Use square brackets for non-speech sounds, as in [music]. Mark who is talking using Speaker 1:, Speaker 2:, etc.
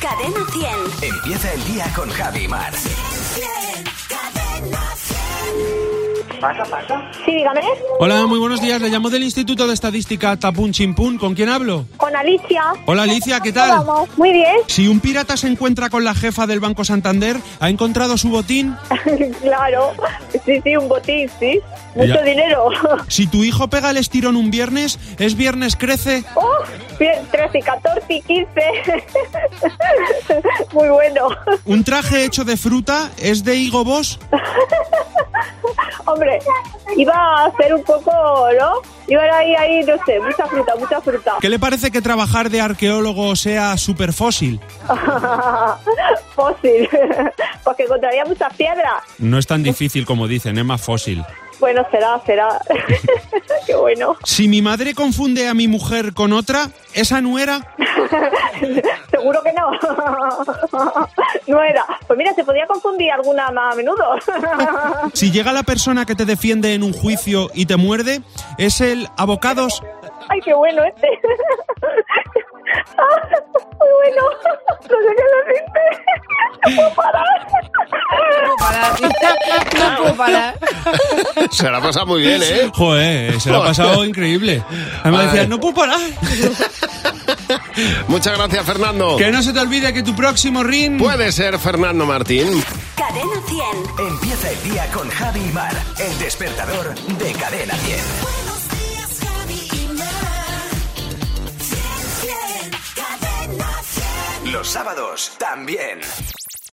Speaker 1: Cadena 100.
Speaker 2: Empieza el día con Javi Mar.
Speaker 3: Pasa, pasa.
Speaker 4: Sí, dígame.
Speaker 5: Hola, muy buenos días. Le llamo del Instituto de Estadística Tapun Chimpún. ¿Con quién hablo?
Speaker 4: Con Alicia.
Speaker 5: Hola, Alicia, ¿qué tal?
Speaker 4: ¿Cómo vamos? Muy bien. [laughs]
Speaker 5: Si un pirata se encuentra con la jefa del Banco Santander, ¿ha encontrado su botín?
Speaker 4: claro. Sí, sí, un botín, sí. Mucho
Speaker 5: Ya.
Speaker 4: dinero. [laughs]
Speaker 5: Si tu hijo pega el estirón un viernes, ¿es viernes crece?
Speaker 4: ¡Oh! Bien, 13, 14 y 15. [laughs] Muy bueno.
Speaker 5: ¿Un traje hecho de fruta es de higo boss?
Speaker 4: Hombre, iba a hacer un poco, ¿no? Iba ahí, ahí, no sé, mucha fruta, mucha fruta.
Speaker 5: ¿Qué le parece que trabajar de arqueólogo sea súper fósil?
Speaker 4: [laughs] Fósil. [laughs] Porque encontraría muchas piedras.
Speaker 5: No es tan difícil como dicen, es más fósil.
Speaker 4: Bueno, será, será. [laughs] Qué bueno.
Speaker 5: Si mi madre confunde a mi mujer con otra, ¿esa nuera?
Speaker 4: Seguro que no. [laughs] No era. Pues mira, se podía confundir alguna más a menudo. [laughs]
Speaker 5: Si llega la persona que te defiende en un juicio y te muerde, ¿es el abocados?
Speaker 4: Ay, qué bueno este. [laughs] Ah, Muy bueno. [laughs] No sé qué decirte. [laughs] No puedo parar.
Speaker 6: puedo parar. No puedo parar.
Speaker 7: Se la pasa muy bien, ¿eh?
Speaker 5: Joder, se lo ha pasado increíble. Además
Speaker 7: Vale.
Speaker 5: decía, no puedo parar.
Speaker 7: Muchas gracias, Fernando.
Speaker 5: Que no se te olvide que tu próximo ring...
Speaker 7: Puede ser Fernando Martín.
Speaker 1: Cadena 100.
Speaker 2: Empieza el día con Javi Mar. El despertador de Cadena 10.
Speaker 8: Buenos días, Javi y Mar. Bien, bien, cadena 100.
Speaker 2: Los sábados también.